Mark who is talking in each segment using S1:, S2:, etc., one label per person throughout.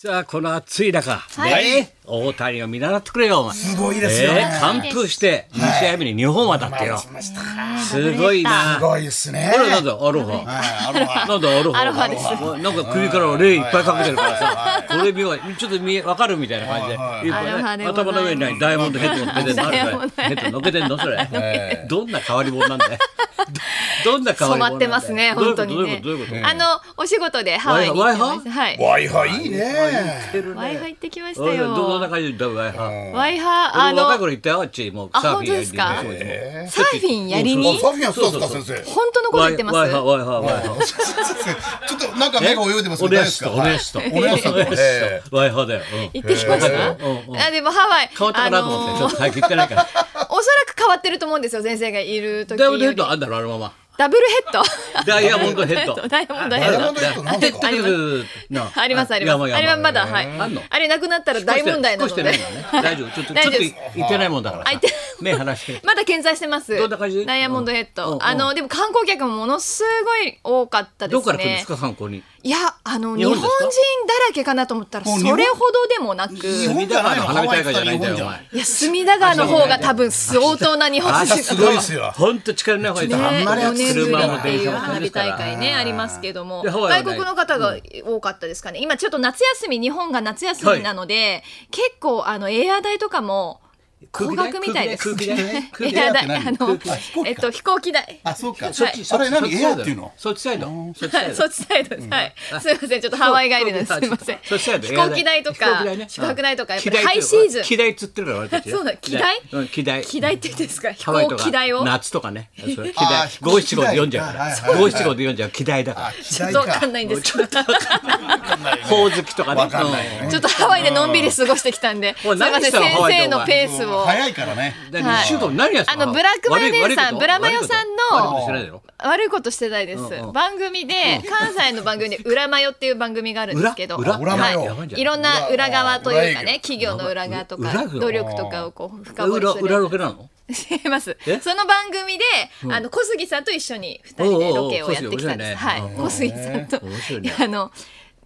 S1: さあ、この暑い中、
S2: い
S1: ね、大谷を見習ってくれよ、お前。
S3: すごいですよね
S1: えー完封して、2試合目に日本はだってよ。
S3: しました。
S1: すごい
S3: す
S1: な。
S3: ごいですね。
S1: これなんだ、アロハ。
S3: はい、アロハ。
S1: なんだ、アロハ。
S2: アロハです
S1: なんか首から霊いっぱいかけてるから
S3: は
S1: さ、これ見ようちょっと見え、わかるみたいな感じで
S3: はいは。
S1: いっぱいね
S2: アロハでございます
S1: 頭の上にないダイヤモンドヘッド乗っけてんのあ
S2: ダイヤモ
S1: るそ
S2: ンド
S1: れヘッド乗っけてんのそれ。どんな変わり者なんだよ。どどんな変わり者
S2: 染ま
S1: なん
S2: っ
S1: だ
S2: て
S1: よ
S2: ますね、本当にね。
S1: どういうことどういうことどういう
S2: あの、お仕事でハワイに行ってました。はい。
S3: ワイハイいいね。
S1: こと
S2: ワイハ行ってきました
S1: おいどどんな
S2: よ。
S1: 感じでワイハ
S2: ワイハあ
S1: 俺も若い
S2: の、
S1: 頃行ったよあっちもう
S2: あ
S1: サーフィンやり
S2: 本
S1: に
S2: 当ですか
S1: そうそう
S2: サーフィンやりに
S3: あ、サ。フィアスタス先生。
S2: 本当のこと言ってます。
S1: ワイハワイハワイハ
S3: ちょっとなんか目が泳いでます
S1: お
S3: ね。
S1: ねしとおねしと
S3: おねしと。
S1: おね
S3: え
S1: しとワイハだようん
S2: 行ってきまし
S1: ええうんうん
S2: た。あ、でもハワイ。
S1: 変わったかなと思ってちょっ
S2: あの
S1: と最近行ってないから
S2: おそらく変わってると思うんですよ、先生がいる時
S1: ダイヤモ
S2: よ
S1: ンド
S2: り
S1: ヘッドあんだろあのまま
S2: ダブルヘッド。
S1: ダイヤモンドヘッド
S2: ダイヤモンドヘ
S3: ダイ
S2: ッ
S3: ヤモ
S2: ド
S3: ン。ドヘッドなんですか
S1: ヘッドな
S2: ありますありま
S1: 山
S2: す。
S1: 々
S2: あれはまだ、はい
S1: あんの。
S2: あれなくなったら大問題なの
S1: 少し
S2: で
S1: で。少しでないからね大丈夫ちょっとち
S2: 大
S1: ょっ
S2: 丈夫
S1: と
S2: です
S1: 行ってないもんだから
S2: あ
S1: さ
S2: 行って
S1: 目離 して
S2: まだ健在してます。
S1: どんな感じ
S2: ダイヤモンドヘッド。
S1: うんうん
S2: あの、でも観光客もものすごい多かったです
S1: ど
S2: ね。
S1: こから来るんですか参考に
S2: いや、あの、
S1: 日
S2: 日
S1: 本
S2: 本
S1: です
S2: 人
S1: か
S2: だらけかなと思ったら、
S3: もう
S2: そ
S3: 日本
S2: れほどでもなく、
S3: 日
S2: い
S3: 本じゃないの
S1: 花火大会じゃないんだよお前
S2: や、隅田川の方が多分相当な日本
S1: あ
S2: 人
S3: すごいですよ
S1: 本当力ない方がいいと
S2: ね、
S1: 思う
S3: あんまり
S2: 4
S3: 暑い
S2: 年ぶり
S1: 車も
S2: って
S1: 電
S2: い
S1: 車
S2: う
S1: も大
S2: 花
S1: 変で
S2: 火
S1: すから
S2: 大会ねありますけども
S1: でハワイは
S2: 外
S1: ね
S2: 国の方が多かったですかね今ちょっと夏休み日本が夏休みなので結構あのエア代とかも高額みたいです
S1: 空気代空気
S2: エ
S1: 代
S2: ア
S3: 空気
S2: 代
S3: 代
S2: あ
S3: 空
S2: の
S3: 気代あ飛行機か
S2: えっと飛行機代
S3: あ、そうか。
S2: そっ
S3: そ
S2: ち
S3: あれ何エアっていうの？
S1: そっちサイドそっちサ
S2: は
S1: イド
S2: い、そっちサイドです。はい。すみません、ちょっとハワイ帰りなんです。すみません。
S1: そっちサイド
S2: 飛行機代と
S1: 飛行
S2: か
S1: 機代ね、
S2: 宿泊代とか、やっぱり
S1: 機代
S2: ハイシーズン。
S1: 機代っつってるから俺たちね
S2: そうだ、機代
S1: うん機代
S2: 機代って言うんですか飛
S1: ハワイ
S2: 行
S1: とか
S2: 機代を。
S1: 夏とかねそれ機
S3: あ
S1: 代
S3: ー飛
S1: 五
S3: 行
S1: 七
S3: 機
S1: 五で
S3: 代
S1: 読んじゃうか
S3: はい
S1: ら
S3: はいはい
S1: 五七五で読んじゃう機代だか
S2: ちょっとわかん
S3: い。
S2: ないんですけど。ち
S1: らほおずきとかね
S3: わかんないよね
S1: うん
S2: ょっとハワイでのんびり過ごしてきたんで、す
S1: おい
S2: みま
S1: 何し
S2: せん、
S1: た
S2: 先
S1: のハワイで
S2: 生のペースを。
S3: 早いからね。
S1: だから一週間何やって
S2: あのブラックマヨネーさんブラマヨさんの
S1: の
S2: 悪いことしてないです、
S1: うんうん
S2: 番組で、関西の番組で「裏マヨ」っていう番組があるんですけど
S1: 裏裏
S3: 裏マヨ
S2: は
S3: や
S1: ばいんじゃない
S2: い、いろんな裏側というか
S3: 裏
S2: ね企業の裏側と
S1: 裏
S2: か
S1: 裏
S2: 努力とかをこう深掘り
S1: 裏
S2: する
S1: 裏ロケなの
S2: 違います
S1: え
S2: その番組で、あの小杉さんと一緒に二人でロケをやってきたんです、はい
S1: おうおう
S2: 小杉さんと、
S1: 面白い
S2: い
S1: ね
S2: やあの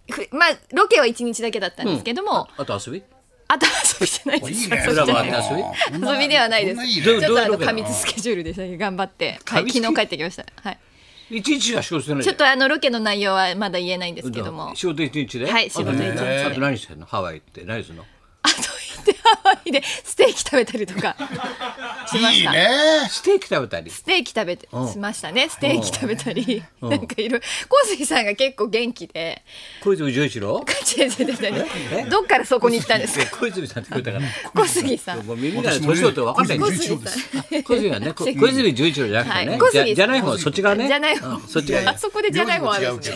S2: ふまあロケは一日だけだったんですけども、
S1: あと遊び
S2: あと遊びじゃないです
S3: いい
S2: それ
S3: ね。
S2: じゃない
S1: 裏回って
S2: 遊びではないです
S3: ち
S2: ちょっ
S3: ょっ
S1: どうどうい
S2: とあの
S1: うロケなの
S2: 過密スケジュールでしたけど頑張って、は
S1: 過
S2: い、
S1: 密
S2: 昨日帰ってきましたはい
S1: 一日しか仕事してない
S2: ちょっとあのロケの内容はまだ言えないんですけども。
S1: 仕事一日で
S2: はい仕事一日
S1: あと何してんのハワイって何するの
S2: あと言ってハワイでステーキ食べたりとかしま
S3: い
S2: し
S3: い
S2: た。
S3: ね。
S1: ステーキ食べたり
S2: ステーキ食べて
S1: うん
S2: しましたね。ステーキ食べたり、なんかいろいろ小杉さんが結構元気で、
S1: 小泉純一郎
S2: カチェ出て
S1: え
S2: ね。どっからそこに行ったんですか。
S1: 小泉さんって聞いたから
S2: 小杉さん。
S1: もう耳が年取って分かんない
S2: 小
S3: 小
S2: 杉
S3: 杉
S2: さ
S3: さ
S2: ん。
S1: 小泉はね、こ小泉純一郎じゃなくてね、じゃじゃない方、そっち側ね。
S2: じゃない方
S1: うんそっち側
S2: あそこでじゃない方あるんですよ。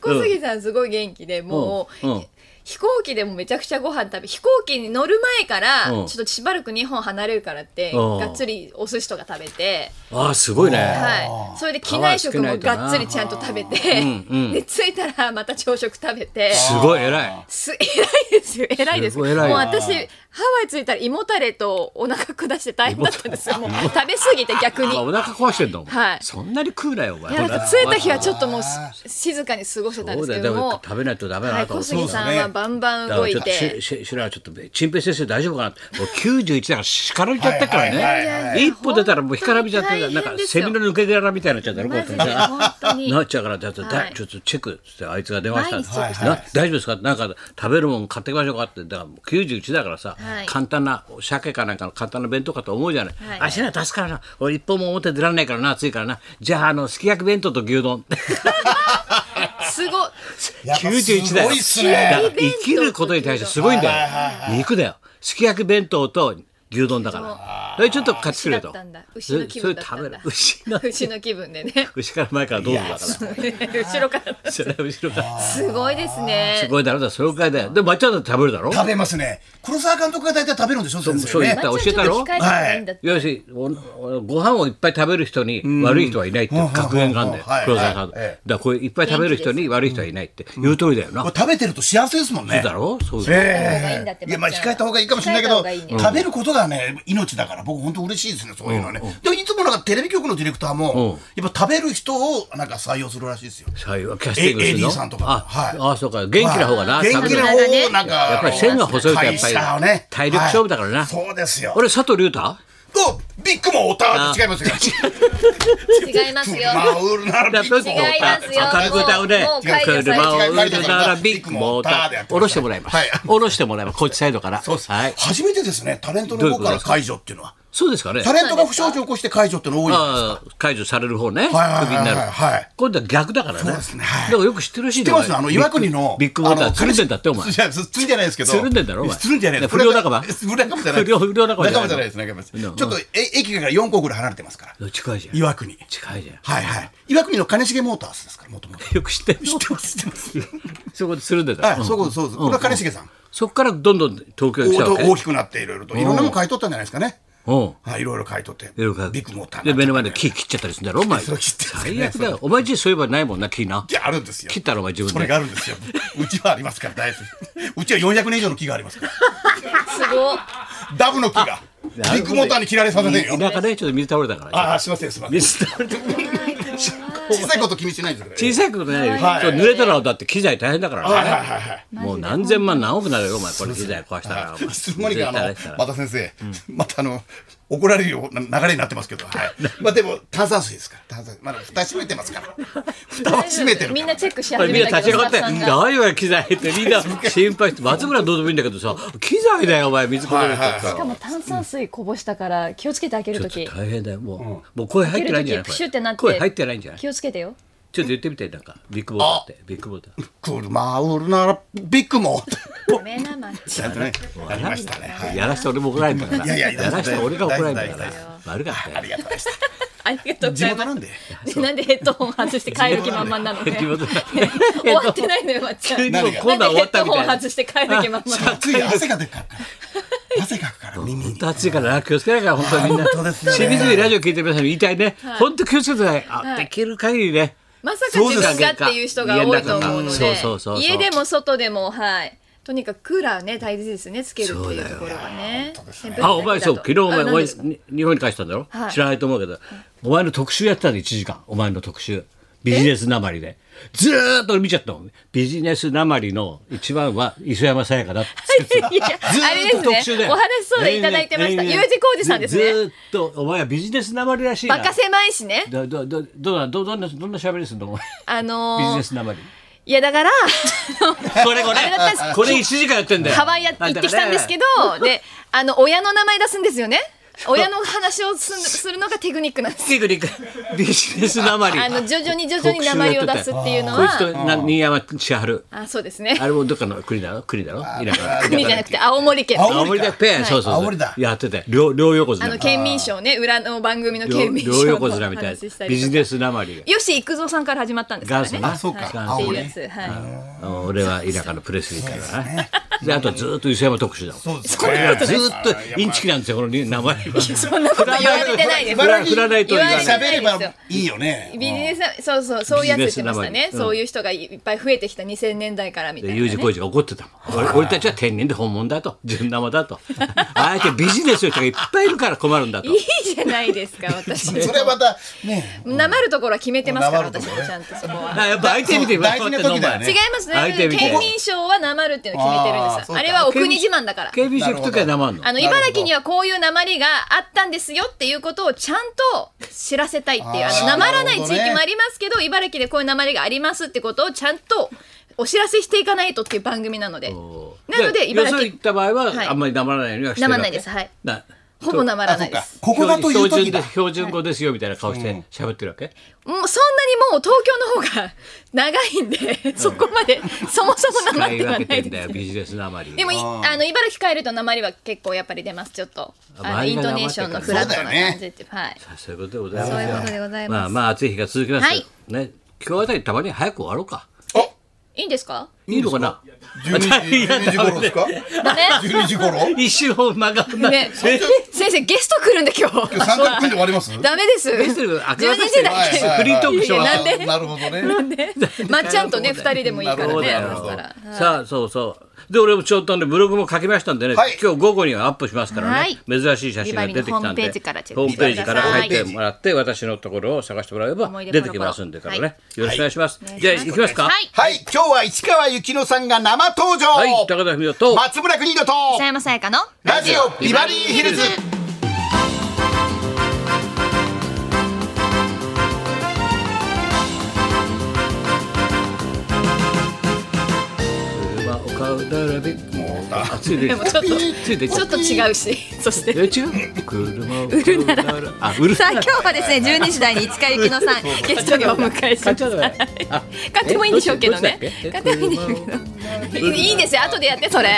S2: 小杉さんすごい元気で、もう、
S1: うんうん
S2: 飛行機でもめちゃくちゃご飯食べ飛行機に乗る前から、
S1: うん
S2: ちょっとしばらく日本離れるからって、
S1: うん
S2: がっつりお寿司とか食べて、
S1: ああ、すごいね。
S2: はい、それで機内食もがっつりちゃんと食べて、
S1: うんうん
S2: で着いたらまた朝食食べて。
S1: すごい偉い。
S2: す偉いですよ偉いです
S1: すごい偉い
S2: もう私ハワイ着いたら胃もたれとお腹下して大変だったんですよもう食べ過ぎて逆に
S1: まあお腹壊してんだもん。
S2: はい
S1: そんなに食うなよ、お前。
S2: いやなんか着いた日はちょっともうす静かに過ごしてたん
S1: そ
S2: で
S1: うだ
S2: すけ
S1: よ、で
S2: ど
S1: も
S2: も、
S1: 食べないとダメだ
S2: は、
S1: ないと思
S2: 小
S1: う。
S2: 杉さんはバンバン
S1: だか
S2: 動
S1: ら
S2: い
S1: ちょっと
S2: て
S1: し、。し、しらちょっと、チンペイ先生大丈夫かなって。もう91だから叱られちゃったから
S3: はいはいはい
S1: ね。
S2: はい
S1: 一歩出たらもう干からびちゃっ
S2: 本当
S1: て、
S2: に
S1: なん
S2: 大
S1: か
S2: 変です
S1: セ
S2: よ
S1: ミの抜け殻みたいになっちゃったの、こう
S2: マ
S1: やってね
S2: ジで本当に
S1: なっちゃうからだって、だ
S2: はい
S1: ちょっとチェックっつってあいつが出ましたんで、
S2: 毎
S3: 日チェックして
S1: な大丈夫ですかなんか食べるもん買ってきましょうかってだからもう91だからさ、
S2: はい
S1: 簡単な鮭かなんかの簡単な弁当かと思うじゃない、
S2: はい
S1: あしら助からな俺一本も表出られないからな暑いからなじゃああのすき焼き弁当と牛 丼
S2: すごい
S3: やっぱ
S1: 91だよ
S3: すごいっす
S1: だ
S3: ね。
S1: から生きることに対してすごいんだよ、
S3: はいはい
S1: 肉だよすき焼き弁当と牛丼だからそれちょっと買ってくれ
S2: だ
S1: と
S2: ったんだ牛の気分だったんだ
S1: それそれ食べ る牛の
S2: 牛の気分でね
S1: 牛から前からどうぞだから
S2: 後ろから
S1: それは後ろから
S2: すごいですね
S1: すごいだろだそれくらいだよで抹茶だって食べるだろ
S3: 食べますね。黒沢監督が大体食べるんでしょ先
S1: そう
S3: 生
S1: 言っ
S3: ね
S1: た。教えたろ
S2: まあちょっと控えてないんだって
S1: 要するにおおご飯をいっぱい食べる人に悪い人はいないっていう格言があるんだよ
S3: うんうんうん
S1: 黒沢さんの
S3: は
S1: だ
S3: いはいえ
S1: か
S3: え
S1: らこれいっぱい食べる人に悪い人はいないって言う通りだよな
S3: こ
S1: そ
S3: れ食べてると幸せですもんね。
S1: うだろそうだよ
S3: え
S2: 控えた方がい
S3: え
S2: いんだって
S3: いやまあ控えた方がいいかもしれないけ
S2: 控
S3: ど、
S2: えた方がいいね
S3: 食べることがね、命だから、僕本当嬉しいですね、そういうのはね。で、いつもなんかテレビ局のディレクターも、やっぱ食べる人をなんか採用するらしいですよ。
S1: 採用キャスティングするの
S3: AD さんとか
S1: あ、
S3: はい
S1: あそうか元気な方がな、
S3: はい元
S1: 食べ
S3: 気
S1: る
S3: な
S1: の
S3: 方をなんか、
S1: やっぱり線が細いとやっぱり
S3: 会社をね
S1: 体力勝負だからな
S3: はいそうですよ。
S1: 俺佐藤龍太
S3: おビッグもおたって違いますよ。
S2: 違いますよ。
S3: まあ、ウルナラビッグも
S2: 違いますよ
S1: 明るく歌うね
S2: もうもう解除されて
S1: 車を売るならビッグモーターで下ろしてもらいます、
S3: はい
S1: 下ろしてもらいますこっちサイドから
S3: そうです、
S1: はい、
S3: 初めてですね、タレントの方から解除っていうのは。
S1: そうですかね
S3: タレントが不祥事を起こして解除っていうの多いじゃないですか。
S1: ああ解除される方ね、
S3: はいはいはいはい
S1: クビになる、
S3: はい
S1: 今度は逆だからね
S3: そうですねはい
S1: だからよく知ってるらしい
S3: 知ってますあの岩国の
S1: ビッグビッグモーター
S3: あの
S1: つるんでんだってお前
S3: いやつつるんじゃないですけど
S1: つるんでんだろお前
S3: つるんじゃないです
S1: 不良仲間
S3: 不良仲間じゃない
S1: 不良不良仲間じゃない
S3: 仲間じゃないです仲間じゃないです
S1: うん
S3: ちょっとえ駅から4個ぐらい離れてますから
S1: 近いじゃん
S3: 岩国
S1: 近いじゃん
S3: はいはい岩国の金重モータースですからもともと
S1: よく 知ってる知ってますそこでつるんでた、
S3: はいそうそうそうこれは金重さん
S1: そこからどんどん東京に来た
S3: 大
S1: わけ
S3: 大きくなっていろいろといろんなもん買い取ったんじゃないですかね
S1: うん
S3: はいいろいろ買い取って
S1: いろいろ買う
S3: ビッグモーター
S1: で目の前で
S3: い
S1: 木切っちゃったりするんだろお前
S3: そう切ってますね
S1: 最悪だよお前んちそういえばないもんな木な
S3: やあるんですよ
S1: 切ったらお前自分で
S3: それがあるんですようちはありますから大丈夫うちは400年以上の木がありますから
S2: す ごい。
S3: ダブの木がビ
S1: なるほど
S3: ッグモーターに切られさせねえよ
S1: 田舎ねちょっと水倒れたから
S3: ああ、すみません、すみません。
S1: 水倒れた
S3: 小さいこと気にしてないんですけどね。
S1: 小さいことないよ、
S3: はい
S1: そう濡れたらだって機材大変だからね、
S3: はいはいはいはい。
S1: もう何千万何億なるよお前これ機材壊したらお前
S3: いつの間にかあ
S1: 絶対
S3: の
S1: 大変だか
S3: ま
S1: ら
S3: た先生、またあの怒られるような流れになってますけど、はい、まあでも炭酸水ですから炭酸水まだ蓋閉めてますから 蓋は閉めてる
S2: みんなチェックし
S1: こ
S2: 始
S1: れみんな
S2: めた
S1: 立
S2: け
S1: ち上がっ
S2: ど。
S1: て
S2: スタッフ
S1: 「
S2: さんが
S1: どういう機材?」ってみん な心配して松村はどうでもいいんだけどさ「機材だよお前水こぼれちゃった
S2: しかも炭酸水こぼしたから気をつけて開けるとき。
S1: 大変だよもう、もう声入ってないんじゃない
S2: 開ける時プシュってなって
S1: 声入ってないんじゃないちょ
S2: 気をつけてよ。
S1: っと言ってみてなんかビッグボーターってビッグボーター
S3: 車を売るならビッグモーター
S2: ダメなマッチ
S3: ちゃんとねやりましたね、はい、
S1: やらして俺も怒られるんだから
S3: いやいやいや
S1: らして俺が怒られるんだか
S3: 大
S1: ら悪
S3: 丈
S1: かったよ
S3: ありがとうございまし
S2: ありがとう
S3: た
S2: ご
S3: 地
S2: ざいま
S3: 元なんで
S2: す。なんでヘッドホン外して帰る気満々なのね。
S1: 地
S2: 終
S1: 元だ
S2: わってないのよ、まっちゃん。なん
S1: も
S2: で
S1: う
S2: ヘ
S1: コーナー終わ
S2: ッ
S1: った
S2: ド
S1: み
S2: ホン
S1: たい
S2: 外して帰る気満々なの。
S3: 暑い汗が出るから汗かくから耳に
S1: な暑いからな気をつけないから本当にみんな
S3: 本当ですね
S1: 清水にラジオ聞いて皆さん言いたいね本当気をつけてくださいあできる限りね
S2: まさか自分がっていう人が多いと思うの
S1: そう
S2: で
S1: そうそうそう
S2: 家でも外でもはいとにかくクーラーね大事ですねつけるっていうところがね
S1: あお前そう昨日お前お前
S2: い
S1: に日本に帰したんだろ、
S2: はい
S1: 知らないと思うけどお前の特集やってたの1時間お前の特集ビジネスなまりでずーっと俺見ちゃったもんビジネスなまりの一番は磯山さやかだって
S2: やいやあれですねお話しそうでいただいてました U 字工事さんです
S1: ず
S2: ね
S1: ーっとお前はビジネスなまりらしいな
S2: バカ狭いしね
S1: どどどどんなどどんなどんな喋りするのお前
S2: あの
S1: ビジ
S2: ー
S1: ネスなまり
S2: いやだから
S1: これこれ
S2: あれだったんです
S1: これ1時間やってんだよ
S2: ハワイや行ってきたんですけどであの親の名前出すんですよね親の話をすんするのがテクニックなんです
S1: テクニックビジネスなまり
S2: あの徐々に徐々に名前を出すっていうの
S1: こいつと
S2: は
S1: な新山千春
S2: あそうですね
S1: あれもどっかの国だろ国だろ田舎
S3: あ
S2: 国じゃなくて青森県の
S1: 青森だペン、そうそうそう
S3: 青森だ
S1: やってて両両横
S2: あ
S1: 綱
S2: の県民賞ね裏の番組の
S1: 両
S2: 県民賞
S1: 両
S2: の
S1: 横綱みたい
S2: 話し
S1: な
S2: た
S1: ビ
S2: り
S1: ジ
S2: とか
S1: ネスなまりが
S2: 吉幾三さんから始まったんですからね
S1: 元祖な
S3: あそうか
S2: っ
S1: 元祖
S2: ていう
S3: 青
S2: や
S3: ね
S2: つはい
S1: 俺は田舎のプレスリーからなであとずーっと磯山特集だもんず
S3: そうですね
S1: ーっとインチキなんですよこの名前は
S2: そんなこと言われてないです
S1: 振ら振らないと言わない
S2: 言わ
S3: 喋
S2: ない
S3: ればいいよね
S2: ビジネスそうそうそういうやつ言ってました
S1: ビジネ
S2: ね
S1: ス名前
S2: そういう人がいっぱい増えてきた2000年代からみたい
S1: で
S2: な
S1: U 字工事が怒ってたもん俺俺たちは天然で本物だと純生だ とあえてビジネスの人がいっぱいいるから困るんだと
S2: いいじゃないですか 私
S3: それはまたね
S2: なまるところは決めてますから
S3: なまると
S2: 私
S3: ころ
S2: も
S3: ね
S2: ちゃんとそこは
S1: あやっぱ相手見てみ
S3: 大事な時だよね
S2: 違います
S1: 相手
S2: ね
S1: 見て
S2: 県民賞はなまるっていうのを決めてるん
S3: あー
S2: で
S3: そ
S2: す
S3: う
S2: あ
S3: か
S2: れはお国自慢だから
S1: 警備職とかは生んの
S2: あの
S3: なるほど
S2: 茨城にはこういう鉛があったんですよっていうことをちゃんと知らせたいっていう
S3: あ
S2: あ
S3: ー
S2: の鉛らない
S3: なる
S2: 地
S3: ほどね
S2: 域もありますけど茨城でこういう鉛がありますってことをちゃんとお知らせしていかないとっていう番組なのでなので
S1: よ
S2: 茨
S1: そ
S2: 城
S1: 行った場合は、
S2: はい
S1: あんまり黙らないようにはして
S2: なまないですはい
S1: な
S2: ほぼなまら
S3: あ
S2: な
S3: そう
S2: いで
S3: か
S2: す。
S3: ここだという
S1: 標準
S3: 時
S1: で
S3: だ
S1: 標準語ですよみたいな顔して喋ってるわけ、
S2: もうそんなにもう東京の方が長いんで、そこまでそもそもなまっ
S1: 使い
S2: ては
S1: 分
S2: な
S1: け
S2: い
S1: てんだ
S2: で
S1: よ
S2: す。
S1: ビジネスなまり
S2: でもいあの茨城帰ると鉛は結構やっぱり出ますちょっとあの
S1: 周り
S2: イ
S1: が
S2: ン
S1: 訛っ
S2: ト
S1: て
S2: ネ
S1: るから
S2: ーションのフラットな感じっていうはい
S1: そういうことでございますよ
S2: そういうことでございます
S1: まあまあ暑い日が続きますよ、
S2: はい
S1: ね今日あたりたまに早く終わろうか
S2: いいんですか
S1: いいのかな
S3: 12時12時頃ですか
S2: ダメ
S3: ?12 時頃今
S1: 一瞬間が危ない。
S2: ね、先生ゲスト来るんで今日。
S3: 日30分で終わり ます
S2: ダメです。
S1: ゲストが明
S2: 12
S1: らかにして
S2: 時
S1: る
S2: だ
S3: はいはいはい
S2: け。
S1: フリートークしよう
S2: いやなんで
S3: あなるほどね。
S2: まっちゃんとね二人でもいいからね。
S3: なるほど
S2: だ
S3: なるほど
S2: ったら。
S1: さあそうそうで俺もちょっとねブログも書きましたんでね、
S3: はい
S1: 今日午後にはアップしますからね、
S2: はい
S1: 珍しい写真が出てきたんで
S2: ビバリーのホームページからチェッ
S1: ホー
S2: ク
S1: ム
S2: して
S1: ペ
S2: くだ
S1: ー
S2: さい
S1: ジから入ってもらって私のところを探してもらえば
S2: 思い出
S1: 出てきますんでからね、
S2: はい
S1: よろしくお願いします、じゃあ行きますか
S2: はい。
S3: はい、今日は市川由紀乃さんが生登場。
S1: はい、高田文夫と
S3: 松村邦洋と
S2: 北山さやかの。
S3: ラジオビバリーヒルズ。
S1: 車を買うならび
S3: もうだ
S1: あついて
S2: でもちょっと
S1: ついて
S2: ちょっと違うし、そして。
S1: え違う車を買うならあ 売る
S2: さあ今日はですね12時台に五日由紀乃さんゲストにお迎えしま
S1: 買っち
S2: した
S1: ゃう
S2: は
S1: だ
S2: い
S1: めあ
S2: 買ってもいいんでしょうけどね
S1: えどうした
S2: 買
S1: っけ
S2: ってもいいんでしょうけどいいんですよ後でやってそれ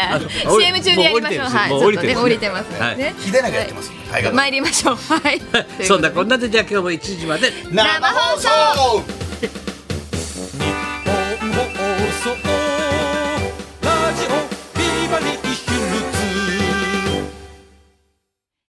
S1: 降り
S2: CM 中にやりましょうはいち
S1: もう
S2: ょ
S1: 降
S2: っ
S1: り
S2: と
S1: てる
S2: ね
S1: もう
S2: 降
S1: 降
S2: り
S1: りて
S2: て
S1: る
S2: ますからね
S3: 秀永やってますよ。大河ドラマ
S2: 参り ましょうはい
S1: そんなこんなでじゃあ今日も1時まで
S2: 生放
S3: 送